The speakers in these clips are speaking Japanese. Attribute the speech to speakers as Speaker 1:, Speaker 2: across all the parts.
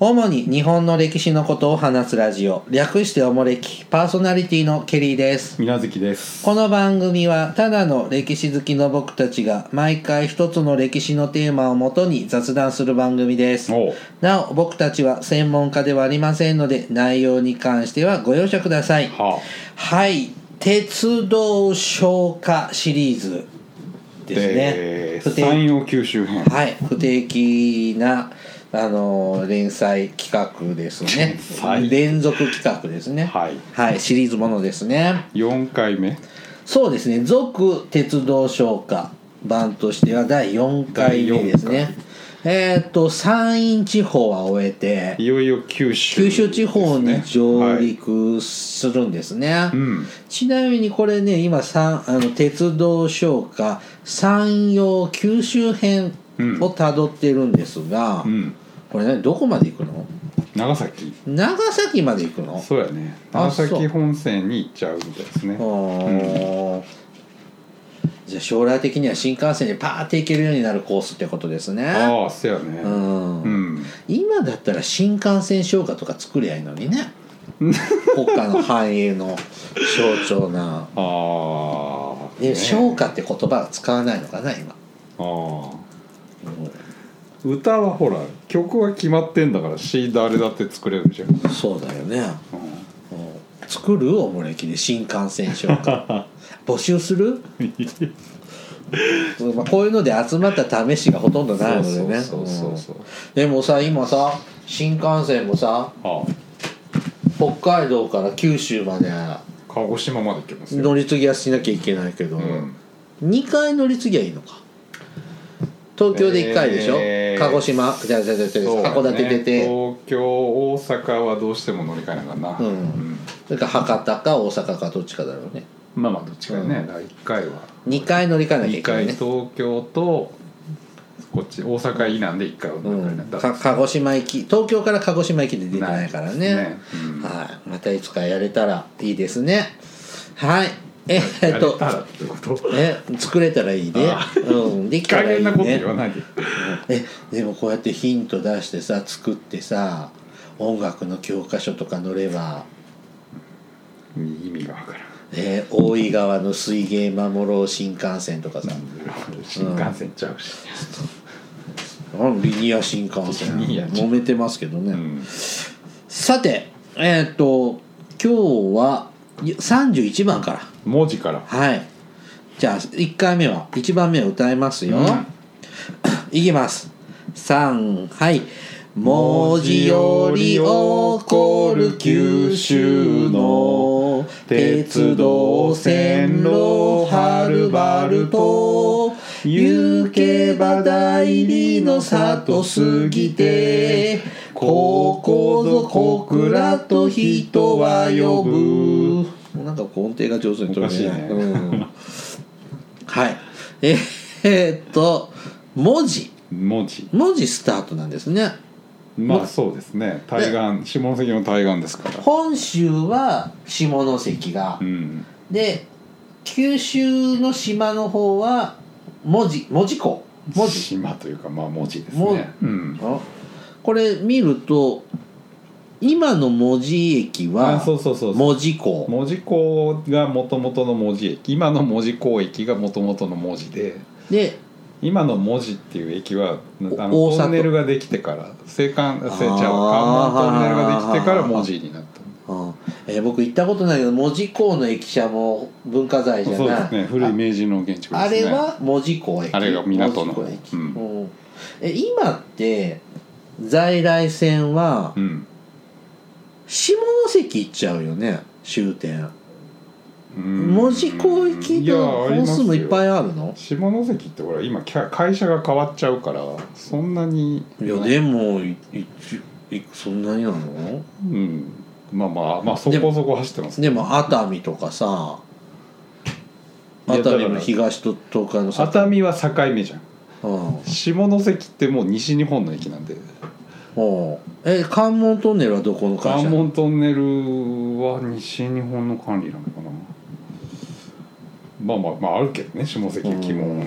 Speaker 1: 主に日本の歴史のことを話すラジオ略しておもれきパーソナリティのケリーです
Speaker 2: 水無月です
Speaker 1: この番組はただの歴史好きの僕たちが毎回一つの歴史のテーマをもとに雑談する番組です
Speaker 2: おう
Speaker 1: なお僕たちは専門家ではありませんので内容に関してはご容赦ください
Speaker 2: は
Speaker 1: はい鉄道消化シリーズ
Speaker 2: あ
Speaker 1: で
Speaker 2: です
Speaker 1: ね不定
Speaker 2: 山陽九州編
Speaker 1: はい、不定期な、あのー連載企画ですね
Speaker 2: 連載
Speaker 1: 連続企画ですね
Speaker 2: はい、
Speaker 1: はい、シリーズものですね
Speaker 2: 4回目
Speaker 1: そうですね「続鉄道消化」版としては第4回目です
Speaker 2: 第
Speaker 1: ねえっ、と山陰地方は終えて
Speaker 2: いよいよ九州、
Speaker 1: 九州地方
Speaker 2: で
Speaker 1: に
Speaker 2: すね
Speaker 1: 上
Speaker 2: はい
Speaker 1: 陸するんですね、
Speaker 2: うん
Speaker 1: ちなみにこれね今さんあの鉄道消化山陽九州編をたどってるんですが、
Speaker 2: うん
Speaker 1: これねどこまで行くの
Speaker 2: 長崎
Speaker 1: 長崎まで行くの
Speaker 2: そうやね
Speaker 1: あ
Speaker 2: 長
Speaker 1: そう
Speaker 2: 崎本線に行っちゃうみたいですね
Speaker 1: おーじゃあ将来的には新幹線でパーって行けるようになるコースってことですね
Speaker 2: ああそうやね
Speaker 1: うん
Speaker 2: うん
Speaker 1: 今だったら新幹線消化とか作りゃいいのにね 国家の繁栄の象徴な
Speaker 2: ああ
Speaker 1: で、
Speaker 2: ね
Speaker 1: 消化って言葉は使わないのかな今
Speaker 2: ああ歌はほら曲は決まってんだから C 誰だって作れるじゃん、うん
Speaker 1: そうだよねうん作るおもれきで新幹線消 化募集するそうまあこういうので集まった試しがほとんどないのでね
Speaker 2: そうそうそうそう
Speaker 1: うんでもさ今さ新幹線もさ
Speaker 2: あ
Speaker 1: 北海道から九州まで
Speaker 2: あ鹿児島まで行けますよ、
Speaker 1: 乗り継ぎはしなきゃいけないけど、
Speaker 2: うん、
Speaker 1: 2回乗り継ぎはいいのか東京で1回でしょ、
Speaker 2: えー
Speaker 1: 鹿児島じゃあじゃあじゃあじゃあ函館出て、
Speaker 2: 東京大阪はどうしても乗り換えながらな
Speaker 1: うんそれから博多か大阪かどっちかだろうね
Speaker 2: まあまあどっちかね、第1回は
Speaker 1: 2回乗り換えなきゃ
Speaker 2: 2
Speaker 1: いけな
Speaker 2: 回
Speaker 1: いね
Speaker 2: 東京とこっち大阪以南で1回は乗り換え
Speaker 1: う
Speaker 2: な
Speaker 1: ん
Speaker 2: だ
Speaker 1: か鹿児島行き東京から鹿児島行きで出てないからね
Speaker 2: ないですねうん
Speaker 1: はい、またいつかやれたらいいですねはいえ
Speaker 2: や
Speaker 1: っ
Speaker 2: れ
Speaker 1: と
Speaker 2: たらってこと
Speaker 1: え作れたらいいね
Speaker 2: あ、
Speaker 1: うん、できた
Speaker 2: 加
Speaker 1: らいい
Speaker 2: 減
Speaker 1: ね
Speaker 2: なこと言わないで
Speaker 1: えでもこうやってヒント出してさ作ってさ音楽の教科書とか載れば、
Speaker 2: 意味がわからん
Speaker 1: え大井川の水源守ろう新幹線とかさ、
Speaker 2: 新幹線ちゃうし、
Speaker 1: うんリニア新幹線
Speaker 2: リニア
Speaker 1: 揉めてますけどね、
Speaker 2: うん
Speaker 1: さてえっ、と今日は31番から
Speaker 2: 文字から
Speaker 1: はいじゃあ1回目は1番目を歌いますよ、
Speaker 2: うん
Speaker 1: いきます3はい文字より起こる九州の鉄道線路はるばると行けば代理の里過ぎてここぞ小倉と人は呼ぶなんか音程が上手に取れてない
Speaker 2: おかしいね
Speaker 1: うんはい えーっと文字
Speaker 2: 文字
Speaker 1: 文字スタートなんですね
Speaker 2: まあそうですね対岸下関の対岸ですから
Speaker 1: 本州は下関が、
Speaker 2: うん
Speaker 1: で九州の島の方は文字文字港文字
Speaker 2: 島というかまあ文字です
Speaker 1: 文
Speaker 2: ねうん
Speaker 1: あこれ見ると今の門司駅
Speaker 2: あ
Speaker 1: は
Speaker 2: そうそうそうそう
Speaker 1: 門司港
Speaker 2: 門司港がもともとの門司駅今の門司港駅がもともとの門司で
Speaker 1: で
Speaker 2: 今の門司っていう駅はあの
Speaker 1: お大
Speaker 2: ト
Speaker 1: 里
Speaker 2: ンネルができてから青函青ちゃう
Speaker 1: あー
Speaker 2: 関門トンネルができてから門司になった
Speaker 1: あ、えー僕行ったことないけど門司港の駅舎も文化財じゃない
Speaker 2: そうですね古い明治の建築
Speaker 1: あ
Speaker 2: です
Speaker 1: れ
Speaker 2: ね
Speaker 1: は門司港駅
Speaker 2: あれが港の
Speaker 1: 門司港駅、
Speaker 2: う
Speaker 1: うんえ今って在来線は
Speaker 2: うん
Speaker 1: 下関行っちゃうよね終点
Speaker 2: うん
Speaker 1: 門司港行き
Speaker 2: いや
Speaker 1: の本数もいっ
Speaker 2: ありますよ
Speaker 1: ぱいあるの
Speaker 2: 下関ってほら今きゃ会社が変わっちゃうからそんなに
Speaker 1: いやでもいいいそんなになの
Speaker 2: うんまあまあまあそこそこ走ってますね
Speaker 1: でも熱海とかさ
Speaker 2: いや
Speaker 1: 熱海
Speaker 2: だか
Speaker 1: の
Speaker 2: ら
Speaker 1: 東と東海のさ、
Speaker 2: 熱海は境目じゃん
Speaker 1: うん、
Speaker 2: 下関ってもう西日本の駅なんで
Speaker 1: おうえ関門トンネルはどこの会社
Speaker 2: 関門トンネルは西日本の管理なのかなまあまあまああるけどね下関駅も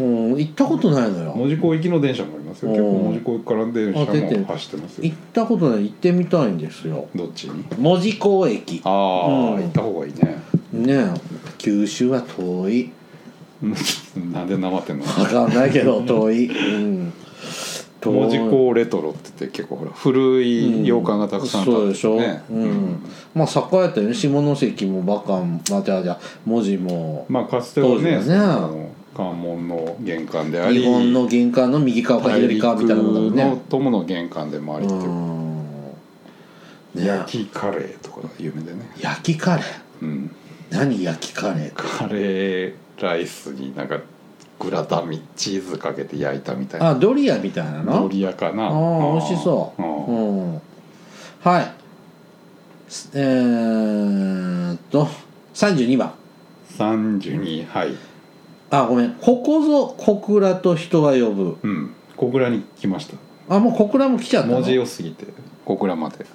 Speaker 1: うん行ったことないのよ
Speaker 2: 門司港行きの電車もありますよ結構門司港からで
Speaker 1: あ
Speaker 2: 車
Speaker 1: 出てる
Speaker 2: も走ってますよ
Speaker 1: 行ったことない行ってみたいんですよ
Speaker 2: どっちに
Speaker 1: 門司港駅
Speaker 2: ああ、
Speaker 1: うん
Speaker 2: 行った方がいいね
Speaker 1: ねえ九州は遠い
Speaker 2: なんでなまってんの
Speaker 1: わかんないけ ど遠い、うん、遠い
Speaker 2: 門司港レトロって言って結構ほら古い洋館がたくさん建ってて、
Speaker 1: そうでしょ、うん
Speaker 2: うん
Speaker 1: まあ栄えたよね下関もバカンまあじゃあじゃあ文字も、
Speaker 2: まあかつてはね
Speaker 1: 当時
Speaker 2: そ
Speaker 1: はね
Speaker 2: の関門の玄関であり
Speaker 1: 日本の玄関の右側か
Speaker 2: 大
Speaker 1: 左
Speaker 2: 陸
Speaker 1: 側みたいなもんだもん
Speaker 2: の
Speaker 1: ね
Speaker 2: 友の玄関でもありっていう
Speaker 1: うんね
Speaker 2: 焼きカレーとかが有名でね、
Speaker 1: 焼きカレー
Speaker 2: うん、
Speaker 1: 何焼きカレーか
Speaker 2: カレーライスになんかグラタンみチーズかけて焼いたみたいな
Speaker 1: あドリアみたいなの
Speaker 2: ドリアかな
Speaker 1: ああ美味しそう、
Speaker 2: う
Speaker 1: うんん、はいすえー、っと32番
Speaker 2: 32はい
Speaker 1: あごめんここぞ小倉と人は呼ぶ
Speaker 2: うん小倉に来ました
Speaker 1: あもう小倉も来ちゃったの
Speaker 2: 文字を過ぎて小倉まで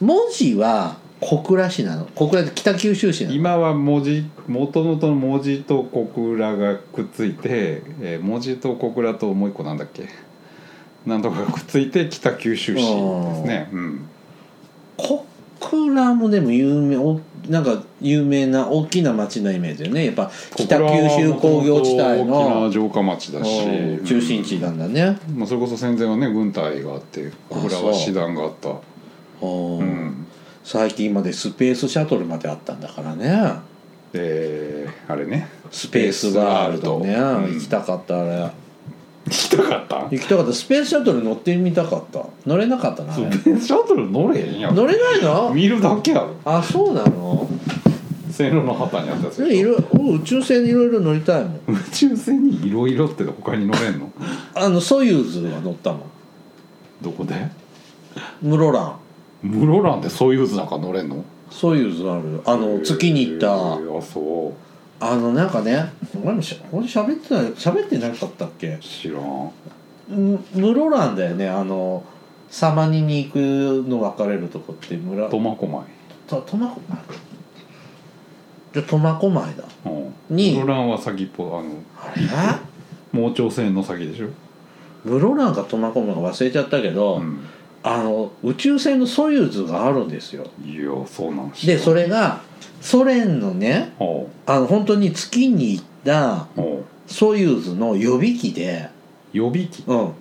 Speaker 1: 文字は小倉市なの小倉って北九州市なの
Speaker 2: 今は文字元々の文字と小倉がくっついて、えー文字と小倉ともう一個なんだっけなんとかがくっついて北九州市ですねうん
Speaker 1: 小倉もでも有名おなんか有名な大きな町のイメージだよねやっぱ北九州工業地帯
Speaker 2: 小倉は元々大
Speaker 1: の
Speaker 2: きな城下町だ
Speaker 1: う
Speaker 2: し
Speaker 1: ん中心地なんだね、
Speaker 2: うんまあ、それこそ戦前はね軍隊があって小倉は師団があった
Speaker 1: おー
Speaker 2: うん
Speaker 1: 最近までスペースシャトルまであったんだからね
Speaker 2: えーあれね
Speaker 1: スペースワールドね、
Speaker 2: うん
Speaker 1: 行きたかったあれ
Speaker 2: 行きたかった
Speaker 1: 行きたかったスペースシャトル乗ってみたかった乗れなかったなあれ
Speaker 2: そうシャトル乗れへんやん
Speaker 1: 乗れないの
Speaker 2: 見るだけやろ
Speaker 1: あそうなの
Speaker 2: 線路の旗にあったやつ
Speaker 1: それいろ俺宇宙船いろいろ乗りたいもん
Speaker 2: 宇宙船にいろいろって他に乗れんの
Speaker 1: あのソユーズは乗ったもん
Speaker 2: どこで
Speaker 1: 室蘭
Speaker 2: 室蘭でソユーズなんか乗れんの
Speaker 1: ソユーズあるあの月に行っ
Speaker 2: へ
Speaker 1: た
Speaker 2: ーあそう
Speaker 1: あのなんかね俺もしこれ喋ってない喋ってなかったっけ
Speaker 2: 知らん
Speaker 1: ん室蘭だよねあのサマニに行くの分かれるとこって村
Speaker 2: 苫小牧
Speaker 1: と苫小牧じゃあ苫小牧だ
Speaker 2: うん
Speaker 1: に
Speaker 2: 室蘭は先っぽあの
Speaker 1: あれ
Speaker 2: 盲腸線の先でしょ、
Speaker 1: 室蘭か苫小牧か忘れちゃったけど、
Speaker 2: うん、
Speaker 1: あの宇宙船のソユーズがあるんですよ
Speaker 2: いやそうなん
Speaker 1: でそ
Speaker 2: れ
Speaker 1: れがソ連のね
Speaker 2: おう
Speaker 1: あの本当に月に行った
Speaker 2: おう
Speaker 1: ソユーズの予備機で、
Speaker 2: 予備機
Speaker 1: うん、
Speaker 2: う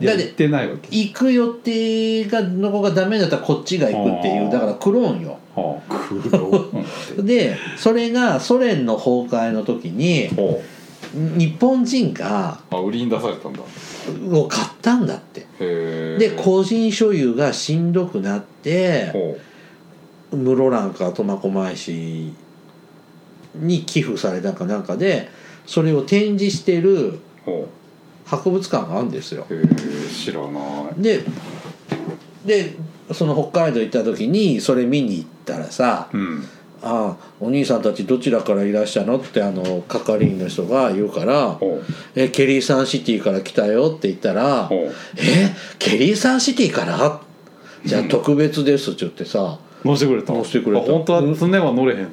Speaker 2: い
Speaker 1: だっ
Speaker 2: や
Speaker 1: て
Speaker 2: 行ってないわけ
Speaker 1: 行く予定がの子がダメだったらこっちが行くってい
Speaker 2: あ
Speaker 1: う
Speaker 2: ー
Speaker 1: だからクローンよ
Speaker 2: はあ苦労うんって
Speaker 1: でそれがソ連の崩壊の時に
Speaker 2: おう
Speaker 1: 日本人が
Speaker 2: あ売りに出されたんだへ
Speaker 1: を買ったんだって
Speaker 2: え
Speaker 1: で個人所有がしんどくなって
Speaker 2: ほ
Speaker 1: 室蘭か苫小牧市に寄付されたかなんかでそれを展示してる
Speaker 2: うほ
Speaker 1: 博物館があるんですよ
Speaker 2: うへえ知らない
Speaker 1: ででその北海道行った時にそれ見に行ったらさ
Speaker 2: うん
Speaker 1: 「ああお兄さんたちどちらからいらっしゃるの?」ってあの係員の人が言うから
Speaker 2: ほう
Speaker 1: 「えケリーサンシティから来たよ」って言ったら
Speaker 2: ほう
Speaker 1: 「えケリーサンシティから?」じゃあ特別ですって言ってさ
Speaker 2: 乗せてくれた
Speaker 1: 乗せてくれた
Speaker 2: あ本当は常は乗れへんの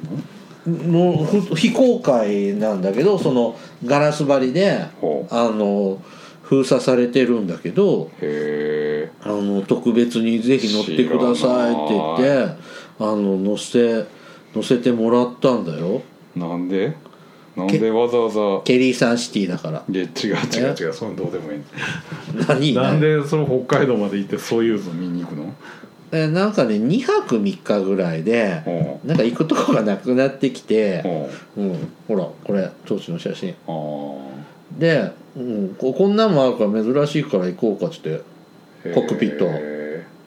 Speaker 1: のふ非公開なんだけどそのガラス張りで
Speaker 2: ほう
Speaker 1: あの封鎖されてるんだけど
Speaker 2: へえ
Speaker 1: あの特別にぜひ乗ってくださいって言
Speaker 2: 知
Speaker 1: ってあの乗せて乗せてもらったんだよ
Speaker 2: なんでなんでわざわざ
Speaker 1: ケリーサンシティだから
Speaker 2: いや違う違う違うそのどうでもいい
Speaker 1: 何
Speaker 2: なん
Speaker 1: 何
Speaker 2: でその北海道まで行ってソユーズ見に行くの
Speaker 1: えなんかね2泊3日ぐらいで
Speaker 2: ほ
Speaker 1: なんか行くとこがなくなってき
Speaker 2: う
Speaker 1: て、
Speaker 2: ほ
Speaker 1: うん、ほらこれ当時の写真
Speaker 2: うあ
Speaker 1: で、うん、ここんなんもあるから珍しいから行こうかっつって
Speaker 2: あへえ
Speaker 1: コックピット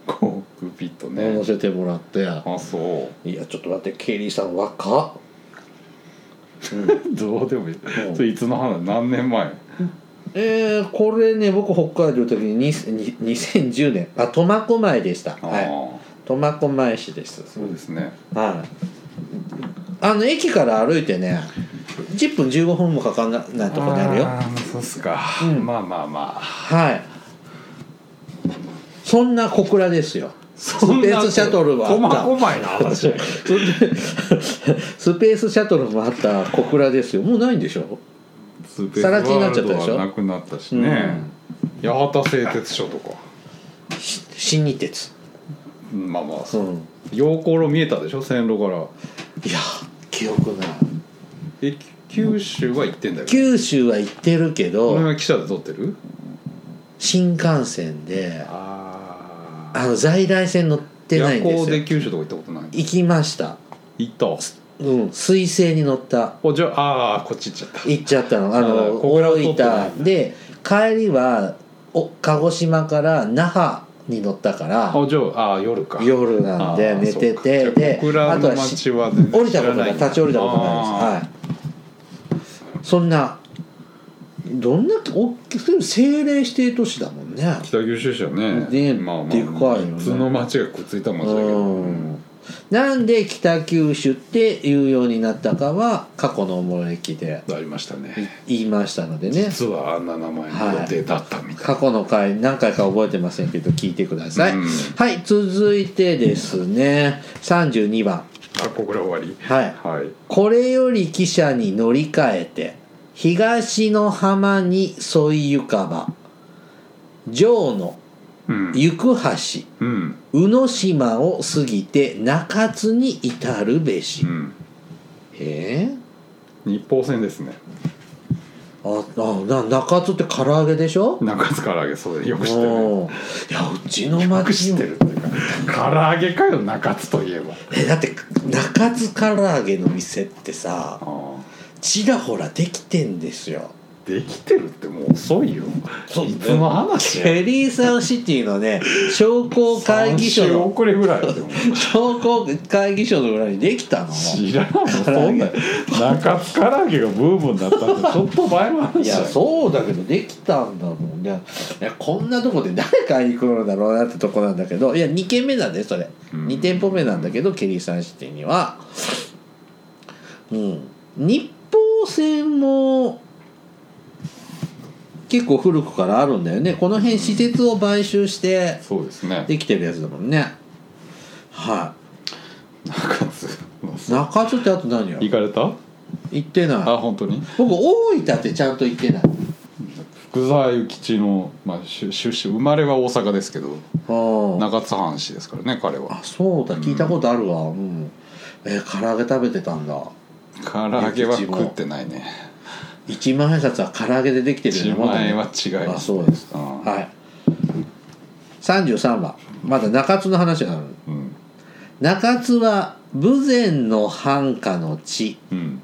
Speaker 2: コックピットね
Speaker 1: 乗せてもらって、
Speaker 2: あそう
Speaker 1: いやちょっと待ってケリーさん若っ
Speaker 2: どうでもいい
Speaker 1: ん
Speaker 2: それいつの話何年前
Speaker 1: えー、これね僕北海道の時ににに2010年あ苫小牧でした
Speaker 2: ああ、
Speaker 1: はい苫小牧市です
Speaker 2: そうですね
Speaker 1: はいあの駅から歩いてね10分15分もかかんないとこにあるよ
Speaker 2: ーそうっすか、
Speaker 1: うん
Speaker 2: まあまあまあ
Speaker 1: はいそんな小倉ですよ
Speaker 2: そ
Speaker 1: スペースシャトルはあった
Speaker 2: 細々いな話 やね
Speaker 1: それでスペースシャトルもあった小倉ですよもうないんでしょ
Speaker 2: スペースワールドはなくなったしね、八幡製鉄所とか
Speaker 1: し新日鉄
Speaker 2: まあまあ
Speaker 1: うん
Speaker 2: 陽光路見えたでしょ線路か
Speaker 1: い
Speaker 2: ら
Speaker 1: や記憶ない
Speaker 2: え九州は行ってんだよ
Speaker 1: 九州は行ってるけ
Speaker 2: この辺
Speaker 1: ど
Speaker 2: は記者で撮ってる
Speaker 1: 新幹線で
Speaker 2: あ
Speaker 1: あの在来線乗ってないん
Speaker 2: 夜
Speaker 1: ですよ
Speaker 2: 行で九州とか行ったことない
Speaker 1: 行きました
Speaker 2: 行った
Speaker 1: うん水星に乗った
Speaker 2: おじゃああーこっち行っちゃった
Speaker 1: 行っちゃったのあ
Speaker 2: あ
Speaker 1: の
Speaker 2: ー小倉を取
Speaker 1: 大
Speaker 2: ってない
Speaker 1: 分で帰りはお鹿児島から那覇に乗ったから
Speaker 2: あじゃああー夜か
Speaker 1: 夜なんで
Speaker 2: あー
Speaker 1: 寝てて
Speaker 2: そうかじゃあ
Speaker 1: で
Speaker 2: 小倉
Speaker 1: あと
Speaker 2: の
Speaker 1: はし
Speaker 2: 町は全然
Speaker 1: 降りたことない
Speaker 2: 知ら
Speaker 1: 立ち降りたことないです
Speaker 2: あ
Speaker 1: はいそんなどんな大きく政令指定都市だもんね
Speaker 2: ー北九州市はね
Speaker 1: ね
Speaker 2: まあまあ
Speaker 1: でかいよね
Speaker 2: 普通の町がくっついた町だけど
Speaker 1: うんなんで北九州っていうようになったかは過去のおもれきで
Speaker 2: ありました
Speaker 1: い
Speaker 2: ね
Speaker 1: 言いましたのでね
Speaker 2: 実はあんな名前の予定だったみたい
Speaker 1: 過去の回何回か覚えてませんけど聞いてください、
Speaker 2: うん
Speaker 1: はい続いてですね32番
Speaker 2: なあ小倉終わり
Speaker 1: はい
Speaker 2: はい
Speaker 1: これより汽車に乗り換えて東の浜に沿いゆかば城の
Speaker 2: うん
Speaker 1: 行く橋
Speaker 2: うん
Speaker 1: 宇野島を過ぎて中津に至るべし、
Speaker 2: うん
Speaker 1: へえ
Speaker 2: 日報線ですね
Speaker 1: ああな中津って唐揚げでしょ
Speaker 2: 中津から揚げそうでよく知ってる
Speaker 1: おーいやうちの
Speaker 2: よく
Speaker 1: 町
Speaker 2: 知
Speaker 1: に
Speaker 2: っ
Speaker 1: も
Speaker 2: てるっていうか唐揚げかよ中津といえば
Speaker 1: えだって中津唐揚げの店ってさ
Speaker 2: ああ
Speaker 1: ちらほらできてんですよ
Speaker 2: できてるってもう遅いよ
Speaker 1: そう
Speaker 2: いつの話や
Speaker 1: ペリーサンシティのね商工会議所
Speaker 2: 三週
Speaker 1: の
Speaker 2: 遅れぐらいだよ
Speaker 1: 商工会議所の裏にできたの
Speaker 2: 知らんもんそんな中津唐揚げがブームになったってちょっと前の
Speaker 1: い
Speaker 2: 話だ
Speaker 1: や
Speaker 2: よ
Speaker 1: そうだけどできたんだもんねいやこんなとこで誰買いに来るんだろうなってとこなんだけどいや2軒目なんだよそれ、
Speaker 2: うん
Speaker 1: 2店舗目なんだけどケリーサンシティにはうん日報線も結構古くからあるんだよねこの辺施設を買収して
Speaker 2: そうですね
Speaker 1: できてるやつだもんねは
Speaker 2: 中津
Speaker 1: い中津ってあと何よ
Speaker 2: 行かれた
Speaker 1: 行って
Speaker 2: あ
Speaker 1: ない
Speaker 2: 本当に
Speaker 1: 僕大分ってちゃんと行ってない
Speaker 2: 福沢諭吉の、まあ、出出身生まれは大阪ですけど
Speaker 1: あ
Speaker 2: 中津藩士ですからね彼は
Speaker 1: あそうだ聞いたことあるわうん、えー、唐揚げ食べてたんだ
Speaker 2: 唐揚げは食ってないね
Speaker 1: 一万円札は唐揚げでできてるよ
Speaker 2: 自
Speaker 1: うなもんだね
Speaker 2: 前は違い
Speaker 1: あ
Speaker 2: ます
Speaker 1: そうですか
Speaker 2: うん
Speaker 1: はい33番まだ中津の話なの
Speaker 2: うん
Speaker 1: 中津は豊前の繁華の地
Speaker 2: うん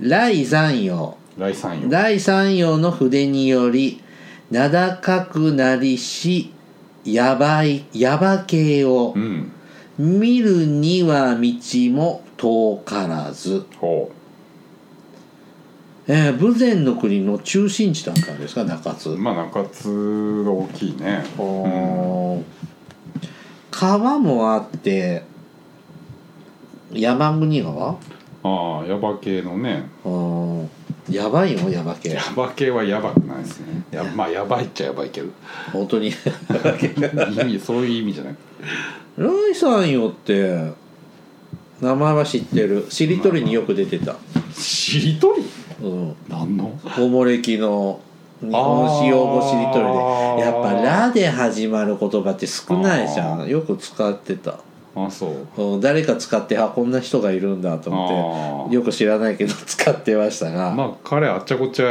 Speaker 1: 来山陽
Speaker 2: 来山よ
Speaker 1: 第三葉の筆により名高くなりしやばいやば系を
Speaker 2: うん
Speaker 1: 見るには道も遠からず、
Speaker 2: ほ
Speaker 1: えー、豊前の国の中心地だったんですか中津、
Speaker 2: うまあ中津が大きいね
Speaker 1: おー川もあって山国川
Speaker 2: ああヤバ系のね
Speaker 1: おーやばいよやば系
Speaker 2: ヤバ系はヤバくないですねやまあヤバいっちゃヤバいけど
Speaker 1: 本当に
Speaker 2: 意味そういう意味じゃない
Speaker 1: ライさんよって名前は知ってるしりとりによく出てた、
Speaker 2: しりとり
Speaker 1: うん、
Speaker 2: なんの
Speaker 1: おもれきの日本史用語しりとりでやっぱ「ら」で始まる言葉って少ないじゃ
Speaker 2: あ
Speaker 1: んよく使ってた、
Speaker 2: あそう
Speaker 1: うん、誰か使ってあこんな人がいるんだと思っ
Speaker 2: あー
Speaker 1: てよく知らないけど使ってましたが、
Speaker 2: まあ彼あっちゃこっちゃ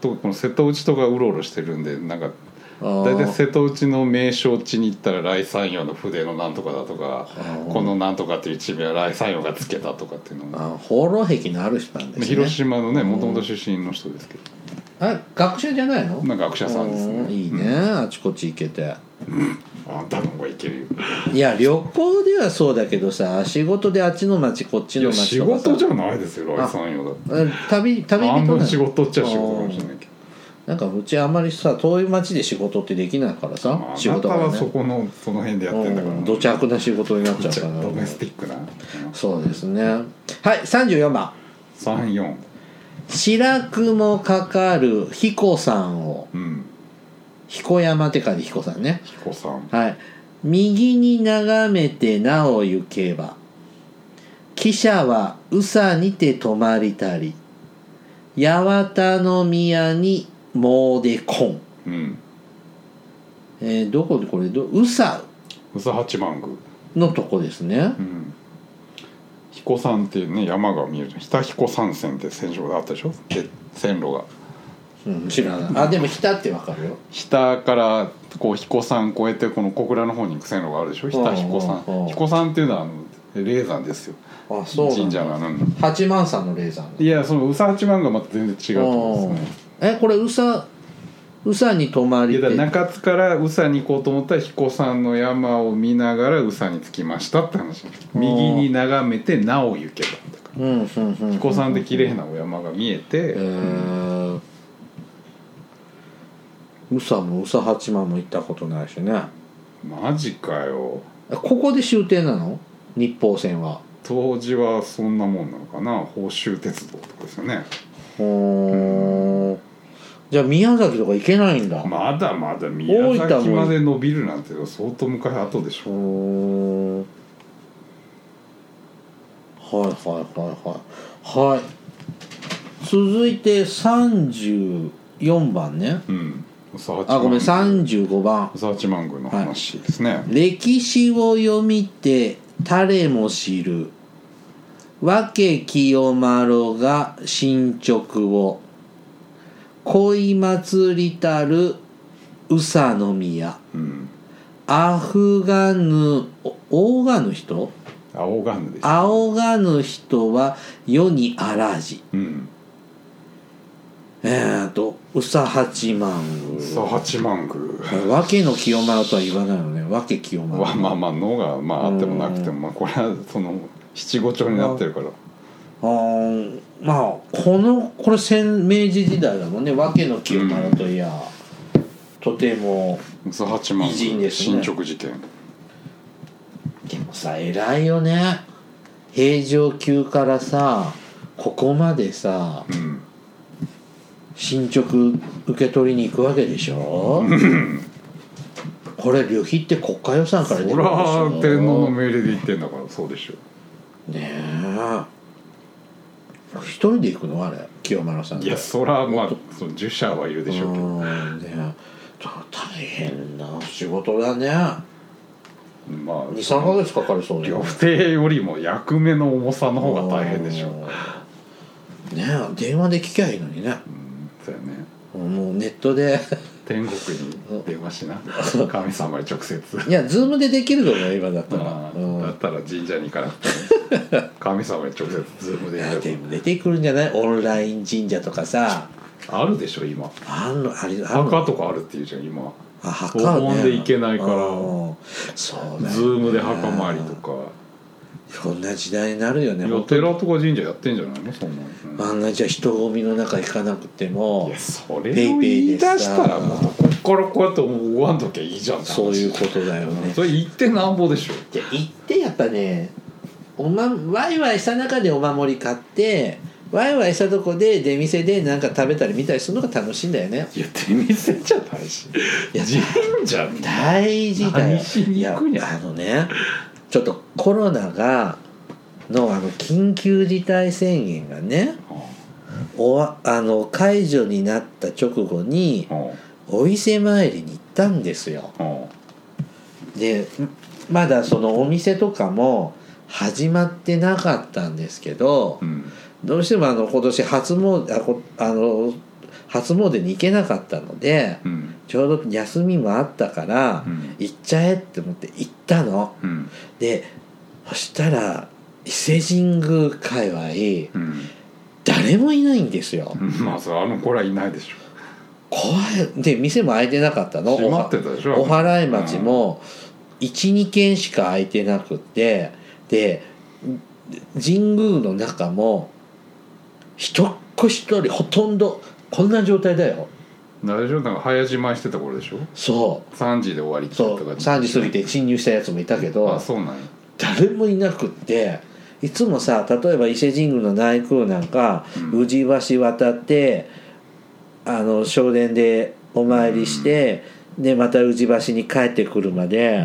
Speaker 2: とこの瀬戸内とかうろうろしてるんでなんか
Speaker 1: あー
Speaker 2: 大体瀬戸内の名勝地に行ったら来山陽の筆のなんとかだとか
Speaker 1: ー
Speaker 2: このなんとかっていう地名は来山陽がつけたとかっていうのが、
Speaker 1: あ放浪癖のある人なんですね
Speaker 2: 広島のねもともと出身の人ですけ
Speaker 1: あ学者じゃないの
Speaker 2: どなんか学者さんです
Speaker 1: うん
Speaker 2: ね
Speaker 1: いいね、あちこち行けて
Speaker 2: あんたの方がいけるよ
Speaker 1: いや旅行ではそうだけどさ仕事であっちの町こっち
Speaker 2: い
Speaker 1: の
Speaker 2: や
Speaker 1: 町
Speaker 2: 仕
Speaker 1: とかさ
Speaker 2: 事じゃないですよ来山陽だって
Speaker 1: うん旅旅人
Speaker 2: 半
Speaker 1: なの
Speaker 2: 分仕事っちゃ仕事かもしれないけど
Speaker 1: なんかうちあんまりさ遠い町で仕事ってできないからさ、
Speaker 2: まああ
Speaker 1: 仕
Speaker 2: な
Speaker 1: 事
Speaker 2: た
Speaker 1: が
Speaker 2: はそ
Speaker 1: ね
Speaker 2: このその辺でやってんだから
Speaker 1: うん土着な仕事になっち
Speaker 2: ど
Speaker 1: ゃう
Speaker 2: ち
Speaker 1: から
Speaker 2: らドメスティックな
Speaker 1: そうですねはい34番
Speaker 2: 34
Speaker 1: 「白雲かかる彦さんを
Speaker 2: うん
Speaker 1: 彦山」って書いて彦さんね
Speaker 2: 彦さん
Speaker 1: はい右に眺めてなお行けば汽車は宇佐にて泊まりたり八幡の宮に詣でこん
Speaker 2: うん
Speaker 1: えーどこでこれど宇佐
Speaker 2: 宇佐八幡宮
Speaker 1: のとこですね
Speaker 2: うん彦山っていうね山が見えるじゃん日田彦山線って線上があったでしょで線路が
Speaker 1: うん知らないあでも日田ってわかるよ
Speaker 2: 日田からこう彦山越えてこの小倉の方に行く線路があるでしょ日
Speaker 1: うんうんう
Speaker 2: 田
Speaker 1: ん
Speaker 2: 彦山彦山っていうのはあの霊山ですよ
Speaker 1: あそうなん
Speaker 2: 神
Speaker 1: だ
Speaker 2: 社がなん
Speaker 1: 八幡さんのレーザー
Speaker 2: いやその宇佐八幡がまた全然違うと思うんですね
Speaker 1: えこれ宇佐宇佐に泊ま
Speaker 2: い
Speaker 1: り
Speaker 2: やだ
Speaker 1: て
Speaker 2: から中津から宇佐に行こうと思ったら彦山の山を見ながら宇佐に着きましたって話右に眺めてなお行けばだか
Speaker 1: うんうんうんうん
Speaker 2: ら彦山で綺麗なお山が見えて、
Speaker 1: えー宇佐も宇佐八幡も行ったことないしね
Speaker 2: マジかよ
Speaker 1: えここで終点なの日報線は
Speaker 2: 当時はそんなもんなのかな報州鉄道とかですよね
Speaker 1: ほーじゃあ宮崎とか行けないんだ
Speaker 2: まだまだ宮崎まで伸びるなんて相当昔後でし
Speaker 1: うーん
Speaker 2: ょ
Speaker 1: はいはいはいはいはい続いて34番ね
Speaker 2: うん宇佐八幡
Speaker 1: あごめん35番
Speaker 2: 宇佐八幡宮の話ですね、
Speaker 1: 「歴史を読みて誰も知る」「和気清丸が進捗を」「恋祭りたる宇佐の宮」
Speaker 2: うん
Speaker 1: 「アフガヌおオーガヌ人」
Speaker 2: 青ガンでしょ
Speaker 1: 仰がぬ人は世にあらじ。
Speaker 2: うん
Speaker 1: えーと、宇佐八幡
Speaker 2: 宇
Speaker 1: 宮。
Speaker 2: 佐八幡宮
Speaker 1: 和気の清丸とは言わないよね。和気清丸。
Speaker 2: まあまあまあ「の」がまああってもなくて
Speaker 1: う
Speaker 2: も、まあ、これはその七五調になってるから
Speaker 1: あーまあ、この、これ先明治時代だもんね。和気の清丸といや、とても、
Speaker 2: 宇佐八
Speaker 1: 偉
Speaker 2: 幡
Speaker 1: 人で
Speaker 2: 宮
Speaker 1: すね
Speaker 2: 進捗事件
Speaker 1: でもさ、偉いよね。平城宮からさ、ここまでさ、
Speaker 2: うん
Speaker 1: 進捗受け取りに行くわけでしょこれ旅費って国家予算から出て
Speaker 2: そ
Speaker 1: るんでし
Speaker 2: ら
Speaker 1: ょ
Speaker 2: 天皇の命令で言ってんだからそうでしょ
Speaker 1: ねえ一人で行くのあれ清丸さん
Speaker 2: いやそらまあその儒者はいるでしょうけど、
Speaker 1: うんねた大変な仕事だね
Speaker 2: まあ
Speaker 1: 23ヶ月かかりそうね
Speaker 2: 料亭よりも役目の重さの方が大変でしょう
Speaker 1: うんねえ電話で聞きゃいいのにね
Speaker 2: うんそうやね
Speaker 1: もうネットで
Speaker 2: 天国に電話しな神様に直接
Speaker 1: いやズームでできるのよ今だったら
Speaker 2: あ
Speaker 1: う
Speaker 2: ー
Speaker 1: ん
Speaker 2: だったら神社に行かなく ても神様に直接ズーム
Speaker 1: い
Speaker 2: でや
Speaker 1: や
Speaker 2: れば
Speaker 1: でも出てくるんじゃないオンライン神社とかさ
Speaker 2: あるでしょ今
Speaker 1: あんのあれあんの
Speaker 2: 墓とかあるっていうじゃん今
Speaker 1: あ墓ね
Speaker 2: お盆で行けないから
Speaker 1: うんそうだよね
Speaker 2: ズームで墓参りとか
Speaker 1: こんな時代になるよね
Speaker 2: いや寺とか神社やってんじゃないのそんなの
Speaker 1: あんなじゃ人混みの中行かなくて
Speaker 2: い
Speaker 1: も
Speaker 2: やそれを
Speaker 1: ペイペ
Speaker 2: 言
Speaker 1: イ
Speaker 2: い出
Speaker 1: でさ
Speaker 2: したらもうこっからこうやってもう追わんときゃいいじゃんって話
Speaker 1: そういうことだよね
Speaker 2: それ言ってなんぼでしょ
Speaker 1: で行ってやっぱねおまワイワイした中でお守り買ってワイワイしたとこで出店でなんか食べたり見たりするのが楽しいんだよね
Speaker 2: いや出店じゃないし
Speaker 1: いや
Speaker 2: 神社みたいな
Speaker 1: 大事だよ
Speaker 2: 何しに行くんや
Speaker 1: いあのねちょっとコロナがのあの緊急事態宣言がねおわあの解除になった直後に
Speaker 2: うんうん
Speaker 1: お伊勢参りに行ったんですよ
Speaker 2: うん
Speaker 1: でまだそのお店とかも始まってなかったんですけど
Speaker 2: うん
Speaker 1: どうしてもあの今年初詣あこあの初詣に行けなかったので
Speaker 2: うん
Speaker 1: ちょうど休みもあったから
Speaker 2: うん
Speaker 1: 行っちゃえって思って行ったの。
Speaker 2: うん
Speaker 1: でそしたら伊勢神宮界隈
Speaker 2: うん
Speaker 1: 誰もいないんですよ
Speaker 2: まあそれあの子らいないでしょ
Speaker 1: 怖いで店も開いてなかったの
Speaker 2: 閉まってたでしょ
Speaker 1: お払い町も12軒しか空いてなくってで神宮の中も一っ子一人ほとんどこんな状態だよ
Speaker 2: あれでしょなんか早じまいしてた頃でしょ
Speaker 1: そ
Speaker 2: 3時で終わり
Speaker 1: う
Speaker 2: き
Speaker 1: そ
Speaker 2: と
Speaker 1: う
Speaker 2: か
Speaker 1: 3時過ぎて侵入したやつもいたけ
Speaker 2: あ
Speaker 1: ど
Speaker 2: そうなんや
Speaker 1: 誰もいなくっていつもさ例えば伊勢神宮の内宮なんか
Speaker 2: うん
Speaker 1: 宇治橋渡ってあの正殿でお参りして、でまた宇治橋に帰ってくるまで。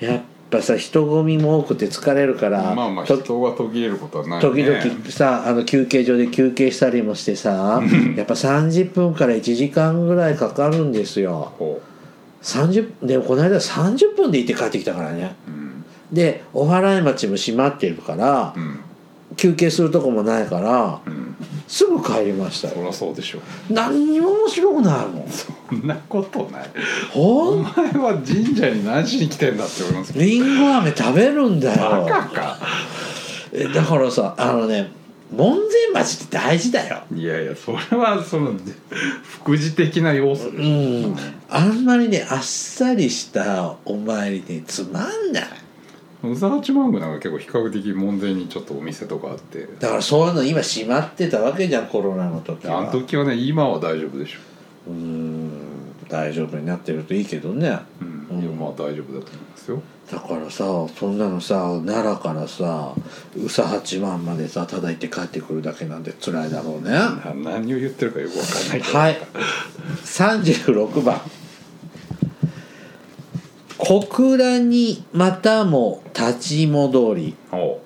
Speaker 2: うん
Speaker 1: やっぱさ人混みも多くて疲れるから、
Speaker 2: まあまあ
Speaker 1: と
Speaker 2: 人が途切れることはない
Speaker 1: 時
Speaker 2: ね
Speaker 1: 々さあの休憩所で休憩したりもしてさやっぱ30分から1時間ぐらいかかるんですよ
Speaker 2: こ
Speaker 1: 30でもこの間30分で行って帰ってきたからね
Speaker 2: うん
Speaker 1: でお払い町も閉まってるから
Speaker 2: うん
Speaker 1: 休憩するとこもないから
Speaker 2: うん
Speaker 1: すぐ帰りました
Speaker 2: そ
Speaker 1: よ
Speaker 2: りゃそうでしょ
Speaker 1: 何にも面白くないもん
Speaker 2: そんなことない
Speaker 1: ほ
Speaker 2: お
Speaker 1: ん
Speaker 2: 前は神社に何しに来てんだって思います
Speaker 1: りんご飴食べるんだ
Speaker 2: バ
Speaker 1: よ
Speaker 2: カか
Speaker 1: えだからさあのね門前町って大事だよ
Speaker 2: いやいやそれはその副次的な要素
Speaker 1: う
Speaker 2: でしょ
Speaker 1: んあんまりねあっさりしたお参りでつまんない
Speaker 2: 宇佐八幡宮なんか結構比較的門前にちょっとお店とかあって
Speaker 1: だからそういうの今閉まってたわけじゃんコロナの時は
Speaker 2: あの時はね今は大丈夫でしょ、
Speaker 1: うーん大丈夫になってるといいけどね
Speaker 2: うん
Speaker 1: うん
Speaker 2: いやまあ大丈夫だと思いますよ
Speaker 1: だからさそんなのさ奈良からさ宇佐八幡までさただ行って帰ってくるだけなんて辛いだろうねは
Speaker 2: な何を言ってるかよくわかんないけど、
Speaker 1: い36番「小倉にまたも立ち戻り
Speaker 2: おう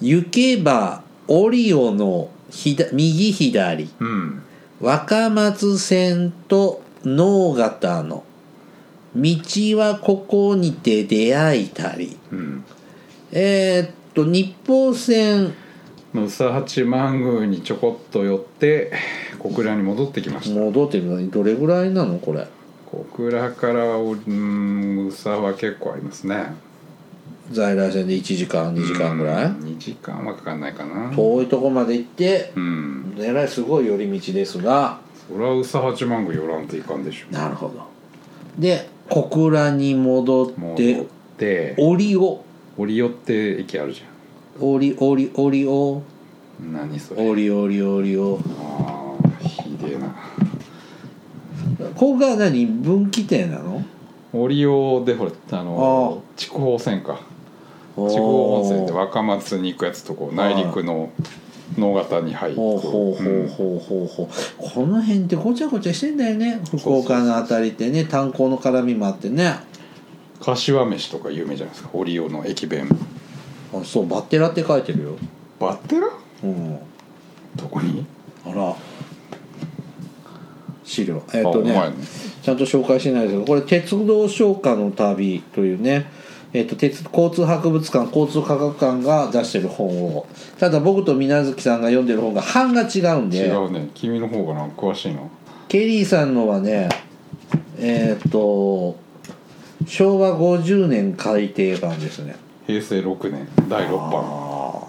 Speaker 1: 行けばオリオの左右左
Speaker 2: うん
Speaker 1: 若松線と能形の道はここにて出会いたり
Speaker 2: うん
Speaker 1: えーっと日報線
Speaker 2: まあ宇佐八幡宮にちょこっと寄って小倉に戻ってきました
Speaker 1: 戻ってみるのどれぐらいなのこれ
Speaker 2: 小倉からはおうん宇佐は結構ありますね
Speaker 1: 在来線で1時間2時間ぐらい
Speaker 2: 2時間はかかんないかな
Speaker 1: 遠いとこまで行って
Speaker 2: うん
Speaker 1: えらいすごい寄り道ですが
Speaker 2: それは宇佐八幡宮寄らんといかんでしょ
Speaker 1: なるほどで小倉に戻っ
Speaker 2: 戻ってて
Speaker 1: オリオ
Speaker 2: 折り寄って駅あるじゃ
Speaker 1: オリオリオリオ
Speaker 2: ん何それ
Speaker 1: オリオリオリオ
Speaker 2: ああひでえな
Speaker 1: ここが何分岐点なの
Speaker 2: オリオでほらあの
Speaker 1: あ
Speaker 2: 筑豊線か
Speaker 1: 地
Speaker 2: 筑豊本線で若松に行くやつとこう内陸の能形に入って
Speaker 1: ほうほうほう
Speaker 2: こう
Speaker 1: ほうほうほう、この辺ってごちゃごちゃしてんだよね福岡のあたりってね炭鉱の絡みもあってねあ
Speaker 2: うん柏飯とか有名じゃないですかオリオの駅弁
Speaker 1: そうバッテラって書いてるよ、
Speaker 2: バッテラ
Speaker 1: うん、あ
Speaker 2: どこに
Speaker 1: ら資料えっ、と
Speaker 2: あお前
Speaker 1: ね
Speaker 2: の
Speaker 1: ちゃんと紹介してないですけどこれ「鉄道商家の旅」というねえっと鉄交通博物館交通科学館が出してる本をただ僕と水無月さんが読んでる本が版が違うんで
Speaker 2: 違うね君の方がな詳しいな
Speaker 1: ケリーさんのはねえーっと昭和50年改訂版ですね
Speaker 2: 平成6年第6版
Speaker 1: ああ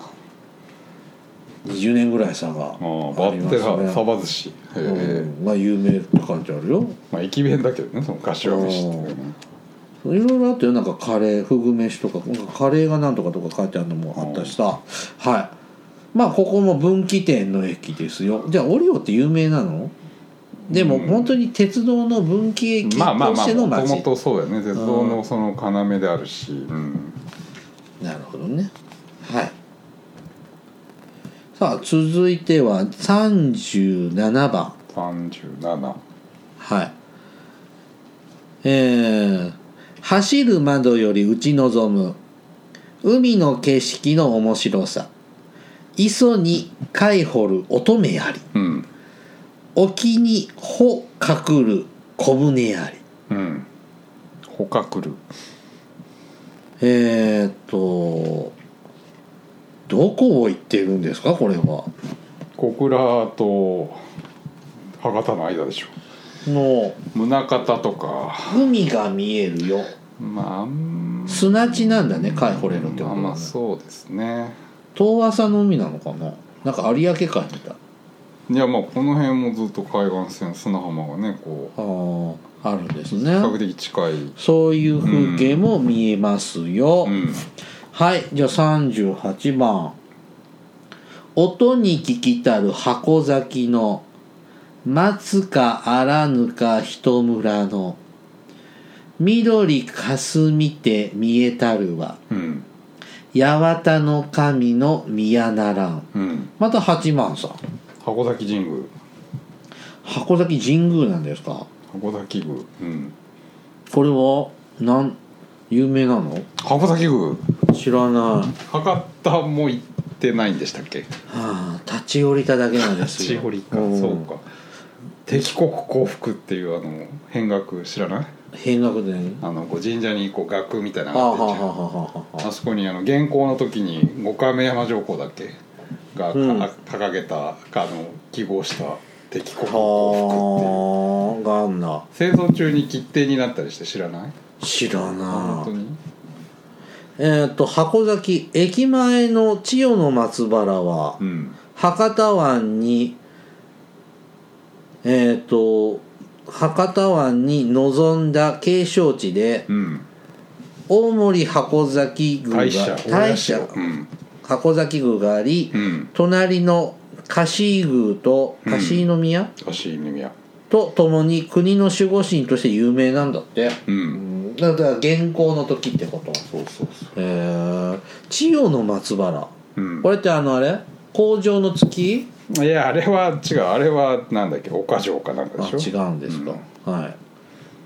Speaker 1: 20年ぐらい差があ
Speaker 2: あーバ
Speaker 1: り
Speaker 2: ッ
Speaker 1: ま
Speaker 2: テ
Speaker 1: す
Speaker 2: ラサ
Speaker 1: ね
Speaker 2: バ寿司へえ、
Speaker 1: うんまあ有名って書いてあるよ
Speaker 2: まあ、駅弁だけどねその柏飯っていうね
Speaker 1: いろいろあったよなんかカレーフグ飯とかなんかカレーがなんとかとか書いてあるのもあったしさはいまあここも分岐点の駅ですよじゃあオリオって有名なのでも
Speaker 2: うん
Speaker 1: 本当に鉄道の分岐駅と
Speaker 2: まあまあま
Speaker 1: し
Speaker 2: あ
Speaker 1: ての
Speaker 2: もと
Speaker 1: 街
Speaker 2: もとそうだよね鉄道のその要であるし、うん
Speaker 1: なるほどねはいさあ続いては37番
Speaker 2: 37
Speaker 1: はいえー「走る窓より打ち望む海の景色の面白さ磯に貝掘る乙女あり
Speaker 2: うん
Speaker 1: 沖に穂かくる小舟あり」
Speaker 2: うん捕獲る
Speaker 1: えー、っとどこを行ってるんですかこれは
Speaker 2: 小倉と博多の間でしょ
Speaker 1: の
Speaker 2: 宗像とか
Speaker 1: 海が見えるよ
Speaker 2: まあうん
Speaker 1: 砂地なんだね貝掘れるってこと
Speaker 2: ま
Speaker 1: は
Speaker 2: あ
Speaker 1: ね
Speaker 2: まあそうですね
Speaker 1: 遠浅の海なのかななんか有明海みたい
Speaker 2: いやまあこの辺もずっと海岸線砂浜がねこう
Speaker 1: あーあるんです
Speaker 2: 比
Speaker 1: ね
Speaker 2: 較的近い、う
Speaker 1: そういう風景も見えますよ、
Speaker 2: ん、
Speaker 1: はいじゃあ38番「音に聞きたる箱崎の松かあらぬか人村の緑かすみて見えたるは
Speaker 2: うん
Speaker 1: 八幡の神の宮ならん」
Speaker 2: うん
Speaker 1: また八幡さん
Speaker 2: 箱崎神宮
Speaker 1: 箱崎神宮なんですか
Speaker 2: 箱崎宮うん
Speaker 1: これはなん有名なの
Speaker 2: 箱崎宮
Speaker 1: 知らない、
Speaker 2: 博多も行ってないんでしたっけ
Speaker 1: はあ、立ち寄りただけなんですよ
Speaker 2: 千堀か
Speaker 1: ん
Speaker 2: そうか敵国降伏っていうあの変額知らない
Speaker 1: 変なことやね
Speaker 2: あのこう神社にこう額みたいな
Speaker 1: あ
Speaker 2: の
Speaker 1: は
Speaker 2: が
Speaker 1: あ
Speaker 2: あっ
Speaker 1: は
Speaker 2: て
Speaker 1: あはあはあは
Speaker 2: んじゃんあそこにあの元寇の時に五亀山上皇だっけが、か
Speaker 1: うん
Speaker 2: 掲げたかあの記号した敵国の幸福っていう
Speaker 1: あはあがあんな
Speaker 2: 戦争中に切手になったりして知らない
Speaker 1: 知ら
Speaker 2: 本
Speaker 1: な
Speaker 2: 当に
Speaker 1: えーっと箱崎駅前の千代の松原は
Speaker 2: うん
Speaker 1: 博多湾にえーっと博多湾に臨んだ景勝地で
Speaker 2: うん
Speaker 1: 大森箱崎宮が
Speaker 2: 大社
Speaker 1: 大社
Speaker 2: うん
Speaker 1: 箱崎宮があり、
Speaker 2: うん
Speaker 1: 隣の貸衣宮と
Speaker 2: うん
Speaker 1: 貸衣宮、
Speaker 2: 足耳や
Speaker 1: と共に国の守護神として有名なんだって、
Speaker 2: う
Speaker 1: うんん、だから元寇の時ってこと
Speaker 2: そうそうそ
Speaker 1: えー、千代の松原
Speaker 2: ううん
Speaker 1: これってあのあれ工場の月
Speaker 2: いやあれは違うあれはなんだっけ岡城かなんか
Speaker 1: あ
Speaker 2: でし
Speaker 1: 違
Speaker 2: ょ
Speaker 1: うんですか、はい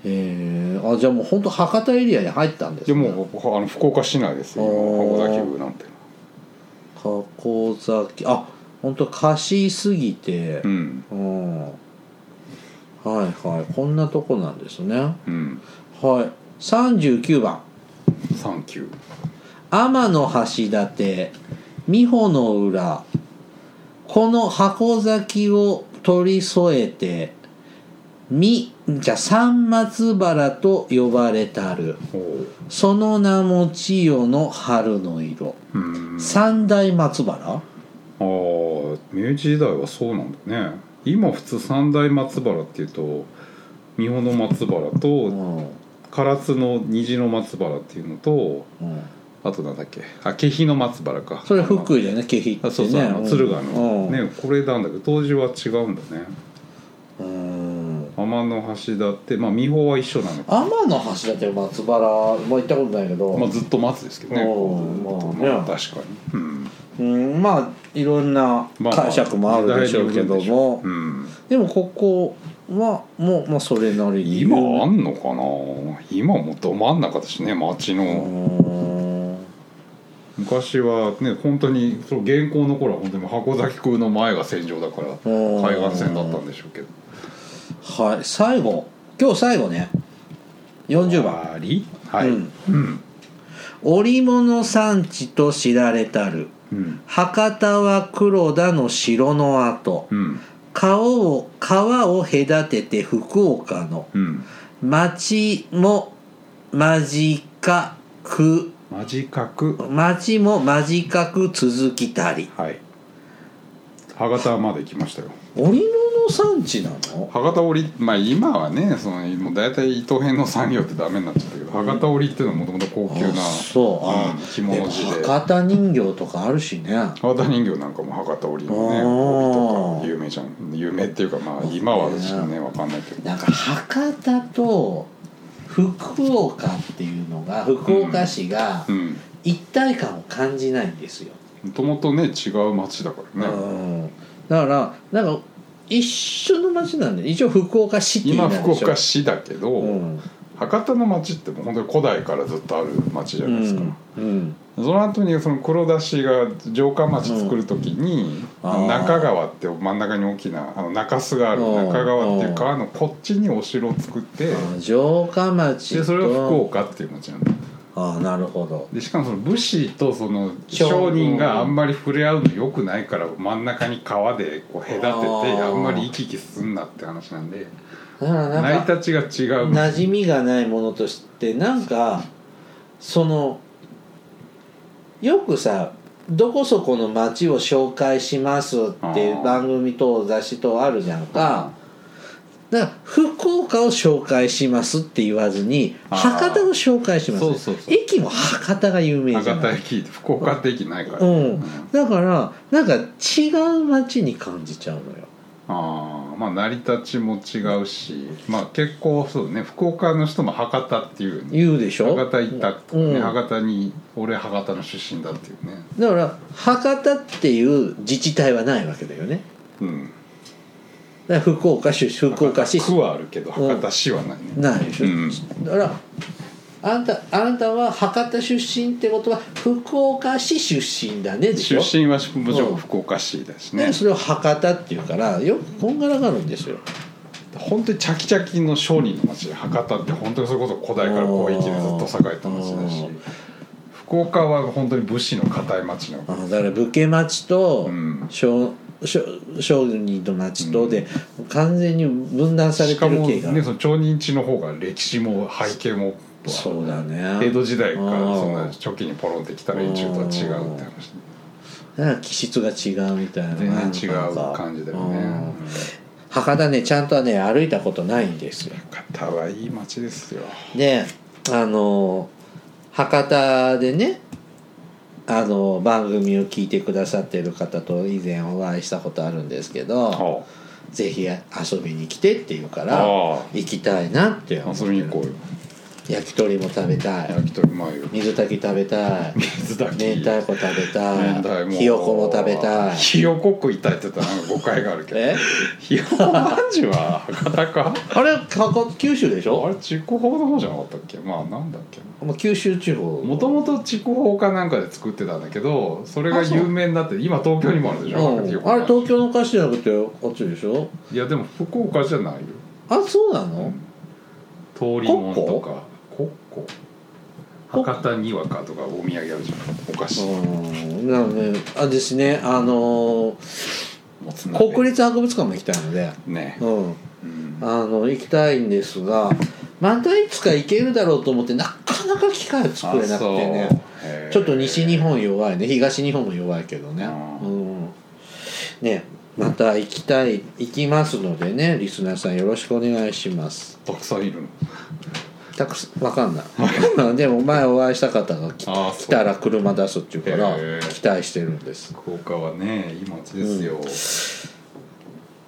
Speaker 1: えー、あじゃあもう本当博多エリアに入ったんです
Speaker 2: で
Speaker 1: ね
Speaker 2: もあの福岡市内ですよ
Speaker 1: あー
Speaker 2: 今箱崎部なんて
Speaker 1: 箱崎あ本当貸しすぎて
Speaker 2: うん
Speaker 1: うんはいはいこんなとこなんですねはい
Speaker 2: うん
Speaker 1: 39番
Speaker 2: サンキュー
Speaker 1: 天の橋立美穂の裏この箱崎を取り添えてみじゃあ三松原と呼ばれたる
Speaker 2: おう
Speaker 1: その名も千代の春の色
Speaker 2: うん
Speaker 1: 三大松原
Speaker 2: ああ明治時代はそうなんだね今普通三大松原っていうと三保の松原
Speaker 1: う
Speaker 2: と
Speaker 1: ん、うん、
Speaker 2: 唐津の虹の松原っていうのとあとなんだっけあ景品の松原か
Speaker 1: それ福井だよね景品ってね
Speaker 2: あそうそう、あの敦賀の、
Speaker 1: うん
Speaker 2: ねこれなんだけど当時は違うんだね
Speaker 1: うん
Speaker 2: 天の橋だってまあ三保は一緒なのか、
Speaker 1: 天の橋立松原も行ったことないけど、
Speaker 2: まあ、ずっと松ですけどね
Speaker 1: うん
Speaker 2: こうずっと
Speaker 1: まあね
Speaker 2: まあ確かに、うん
Speaker 1: うん、まあいろんな
Speaker 2: まあ、
Speaker 1: 解釈もあるでしょうけど
Speaker 2: 時代では
Speaker 1: も、
Speaker 2: 受けるでしょううん
Speaker 1: でもここはもう、まあ、それなりに
Speaker 2: 今あ
Speaker 1: うん
Speaker 2: のかな今もうど真ん中だしね町の、
Speaker 1: ーん
Speaker 2: 昔はね本当にその現行の頃は本当に箱崎空の前が戦場だか
Speaker 1: ん
Speaker 2: ら海岸線だったんでしょうけど
Speaker 1: はい最後今日最後ね40番
Speaker 2: ありはい
Speaker 1: うん
Speaker 2: うん
Speaker 1: 織物産地と知られたる
Speaker 2: うん
Speaker 1: 博多は黒田の城の跡
Speaker 2: うん
Speaker 1: 川を川を隔てて福岡の
Speaker 2: うん
Speaker 1: 町も間近く
Speaker 2: 間近く
Speaker 1: 町も間近く続きたり
Speaker 2: はい博多まで来ましたよ
Speaker 1: 織物産地なの
Speaker 2: 博多織まあ今はねそのもう大体伊藤編の産業ってダメになっちゃったけど博多織っていうのはもともと高級な
Speaker 1: あそうあ
Speaker 2: うん、着物地
Speaker 1: で
Speaker 2: で
Speaker 1: も博多人形とかあるしね
Speaker 2: 博多人形なんかも博多織の
Speaker 1: あ
Speaker 2: ね
Speaker 1: ー
Speaker 2: 織とか有名じゃん有名っていうかまあ今はですねわかんないけど
Speaker 1: なんか博多と福岡っていうのが福岡市が
Speaker 2: うん
Speaker 1: 一体感を感じないんですよ、
Speaker 2: もともとね違う町だからね、
Speaker 1: うんだからなんか一緒の町なんで一応福岡市っていう
Speaker 2: 今
Speaker 1: の
Speaker 2: 福岡市だけど、
Speaker 1: うん
Speaker 2: 博多の町ってもう本当に古代からずっとある町じゃ
Speaker 1: う
Speaker 2: ないですか、
Speaker 1: ん、うん、
Speaker 2: その後にその黒田氏が城下町作る時に、
Speaker 1: うんあー
Speaker 2: 中川って真ん中に大きなあの中州がある
Speaker 1: うん
Speaker 2: 中川っていう川のこっちにお城を作って、
Speaker 1: あ城下町
Speaker 2: で
Speaker 1: と
Speaker 2: それが福岡っていう町なんだ
Speaker 1: あなるほど
Speaker 2: でしかもその武士とその
Speaker 1: 商人
Speaker 2: 商人があんまり触れ合うのよくないから真ん中に川でこう隔てて
Speaker 1: あー
Speaker 2: あんまり行き来すんなって話なんで
Speaker 1: だからなんか
Speaker 2: 成り立ちが違う
Speaker 1: 馴染みがないものとしてなんかそのよくさ「どこそこの町を紹介します」ってい
Speaker 2: あ
Speaker 1: う
Speaker 2: ー
Speaker 1: 番組と雑誌とあるじゃんか。だから福岡を紹介しますって言わずに
Speaker 2: あー
Speaker 1: 博多を紹介します
Speaker 2: そうそうそう
Speaker 1: 駅も博多が有名じゃ
Speaker 2: 博多
Speaker 1: ない
Speaker 2: 駅福岡って駅ないから、
Speaker 1: うん、だからなんか違う町に感じちゃうのよ
Speaker 2: ああまあ成り立ちも違うしまあ結構そうね福岡の人も博多っていう、ね、
Speaker 1: 言うでしょ
Speaker 2: 博多行ったとかね、
Speaker 1: うん
Speaker 2: 博多に俺博多の出身だっていうね
Speaker 1: だから博多っていう自治体はないわけだよね
Speaker 2: うん
Speaker 1: だから福岡市福岡市
Speaker 2: 区はあるけど博多市はないね、
Speaker 1: ないでしょ、
Speaker 2: うん
Speaker 1: だからあんたあなたは博多出身ってことは福岡市出身だねでし
Speaker 2: 出
Speaker 1: ょ
Speaker 2: 身はもちろん福岡市だしね
Speaker 1: でそれを博多っていうからよくこんがらがるんですよ
Speaker 2: 本当にチャキチャキの商人の町で博多って本当にそれこそ古代から広域でずっと栄えた町だし
Speaker 1: うん
Speaker 2: 福岡は本当に武士の固い町の
Speaker 1: あだから武家町と
Speaker 2: うん
Speaker 1: 商商商人の町とで完全に分断され
Speaker 2: してか
Speaker 1: る
Speaker 2: も
Speaker 1: 系が、
Speaker 2: ねその町人地の方が歴史も背景も
Speaker 1: そうだね
Speaker 2: 江戸時代から
Speaker 1: うん
Speaker 2: そんな初期にポロンってきた連中とは違うって話
Speaker 1: なんか気質が違うみたいな
Speaker 2: 全然違う感じだよね
Speaker 1: な
Speaker 2: うん
Speaker 1: んかうん博多ねちゃんとはね歩いたことないんですよ
Speaker 2: 博多はいい町ですよ
Speaker 1: であの博多でねあの番組を聞いてくださってる方と以前お会いしたことあるんですけど
Speaker 2: あ
Speaker 1: ぜひ遊びに来てって言うから
Speaker 2: ああ
Speaker 1: 行きたいなって思って
Speaker 2: 遊
Speaker 1: る
Speaker 2: びに行こうよ
Speaker 1: 焼き鳥も食べたい
Speaker 2: 焼き鳥うまいよ
Speaker 1: 水炊き食べたい
Speaker 2: 水炊き
Speaker 1: 明太子食べた
Speaker 2: 明
Speaker 1: い
Speaker 2: 太も
Speaker 1: ひよこも食べたい
Speaker 2: ひよこ食いたいって言ったらなんか誤解があるけど
Speaker 1: え
Speaker 2: ひよこまんじゅうは博多か
Speaker 1: あれかか九州でし
Speaker 2: あ
Speaker 1: ょ
Speaker 2: れ筑豊の方じゃなかったっけまあなんだっけ
Speaker 1: もう九州地方
Speaker 2: もともと筑豊かなんかで作ってたんだけどそれが
Speaker 1: あそう
Speaker 2: 有名になって今東京にもあるでしょ、
Speaker 1: うん、あれ
Speaker 2: ひよこまんじゅう
Speaker 1: 東京の歌詞じゃなくてこっちでしょ
Speaker 2: いやでも福岡じゃないよ
Speaker 1: あそうなの
Speaker 2: 通りもんとかコッコ博多にわかとかお土産あるじゃんお菓子
Speaker 1: うんなのであですねあのー
Speaker 2: もつ鍋
Speaker 1: 国立博物館も行きたいので、
Speaker 2: ね
Speaker 1: うん、
Speaker 2: うん
Speaker 1: あの行きたいんですがまたいつか行けるだろうと思ってなかなか機会を作れなくてねちょっと西日本弱いね東日本も弱いけどね
Speaker 2: う
Speaker 1: うんねまた行きたい行きますのでねリスナーさんよろしくお願いします
Speaker 2: たくさんいるの
Speaker 1: たくさんわかんない でも前お会いした方が来
Speaker 2: ああ
Speaker 1: 来たら車出すっていうから
Speaker 2: へえ
Speaker 1: 期待してるんです
Speaker 2: 福岡はねいい街ですよ、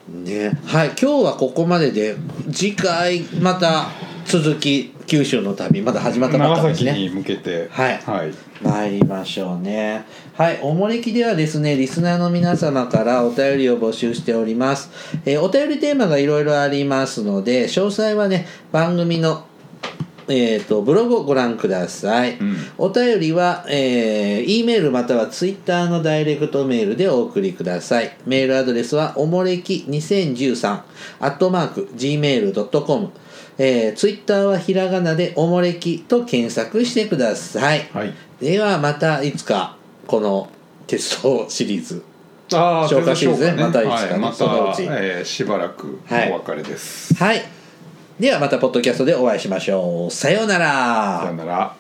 Speaker 1: ねはい今日はここまでで次回また続き九州の旅まだ始まったばっ
Speaker 2: 長
Speaker 1: かです
Speaker 2: 崎
Speaker 1: ね
Speaker 2: に向けて
Speaker 1: はい参りましょうねはいおもれきではですねリスナーの皆様からお便りを募集しております、えーお便りテーマがいろいろありますので詳細はね番組のえー、とブログをご覧ください、
Speaker 2: ん
Speaker 1: お便りは、えー、E メールまたは Twitter のダイレクトメールでお送りくださいメールアドレスはおもれき2013アットマーク Gmail.com、えー、Twitter はひらがなでおもれきと検索してください、
Speaker 2: はい
Speaker 1: ではまたいつかこの鉄道シリーズ
Speaker 2: あー
Speaker 1: 消化シリーズね
Speaker 2: そうか
Speaker 1: またいつかね
Speaker 2: はい、また
Speaker 1: そのうち
Speaker 2: えーしばらくお
Speaker 1: はい
Speaker 2: 別れです、
Speaker 1: はいではまたポッドキャストでお会いしましょうさようなら
Speaker 2: さよなら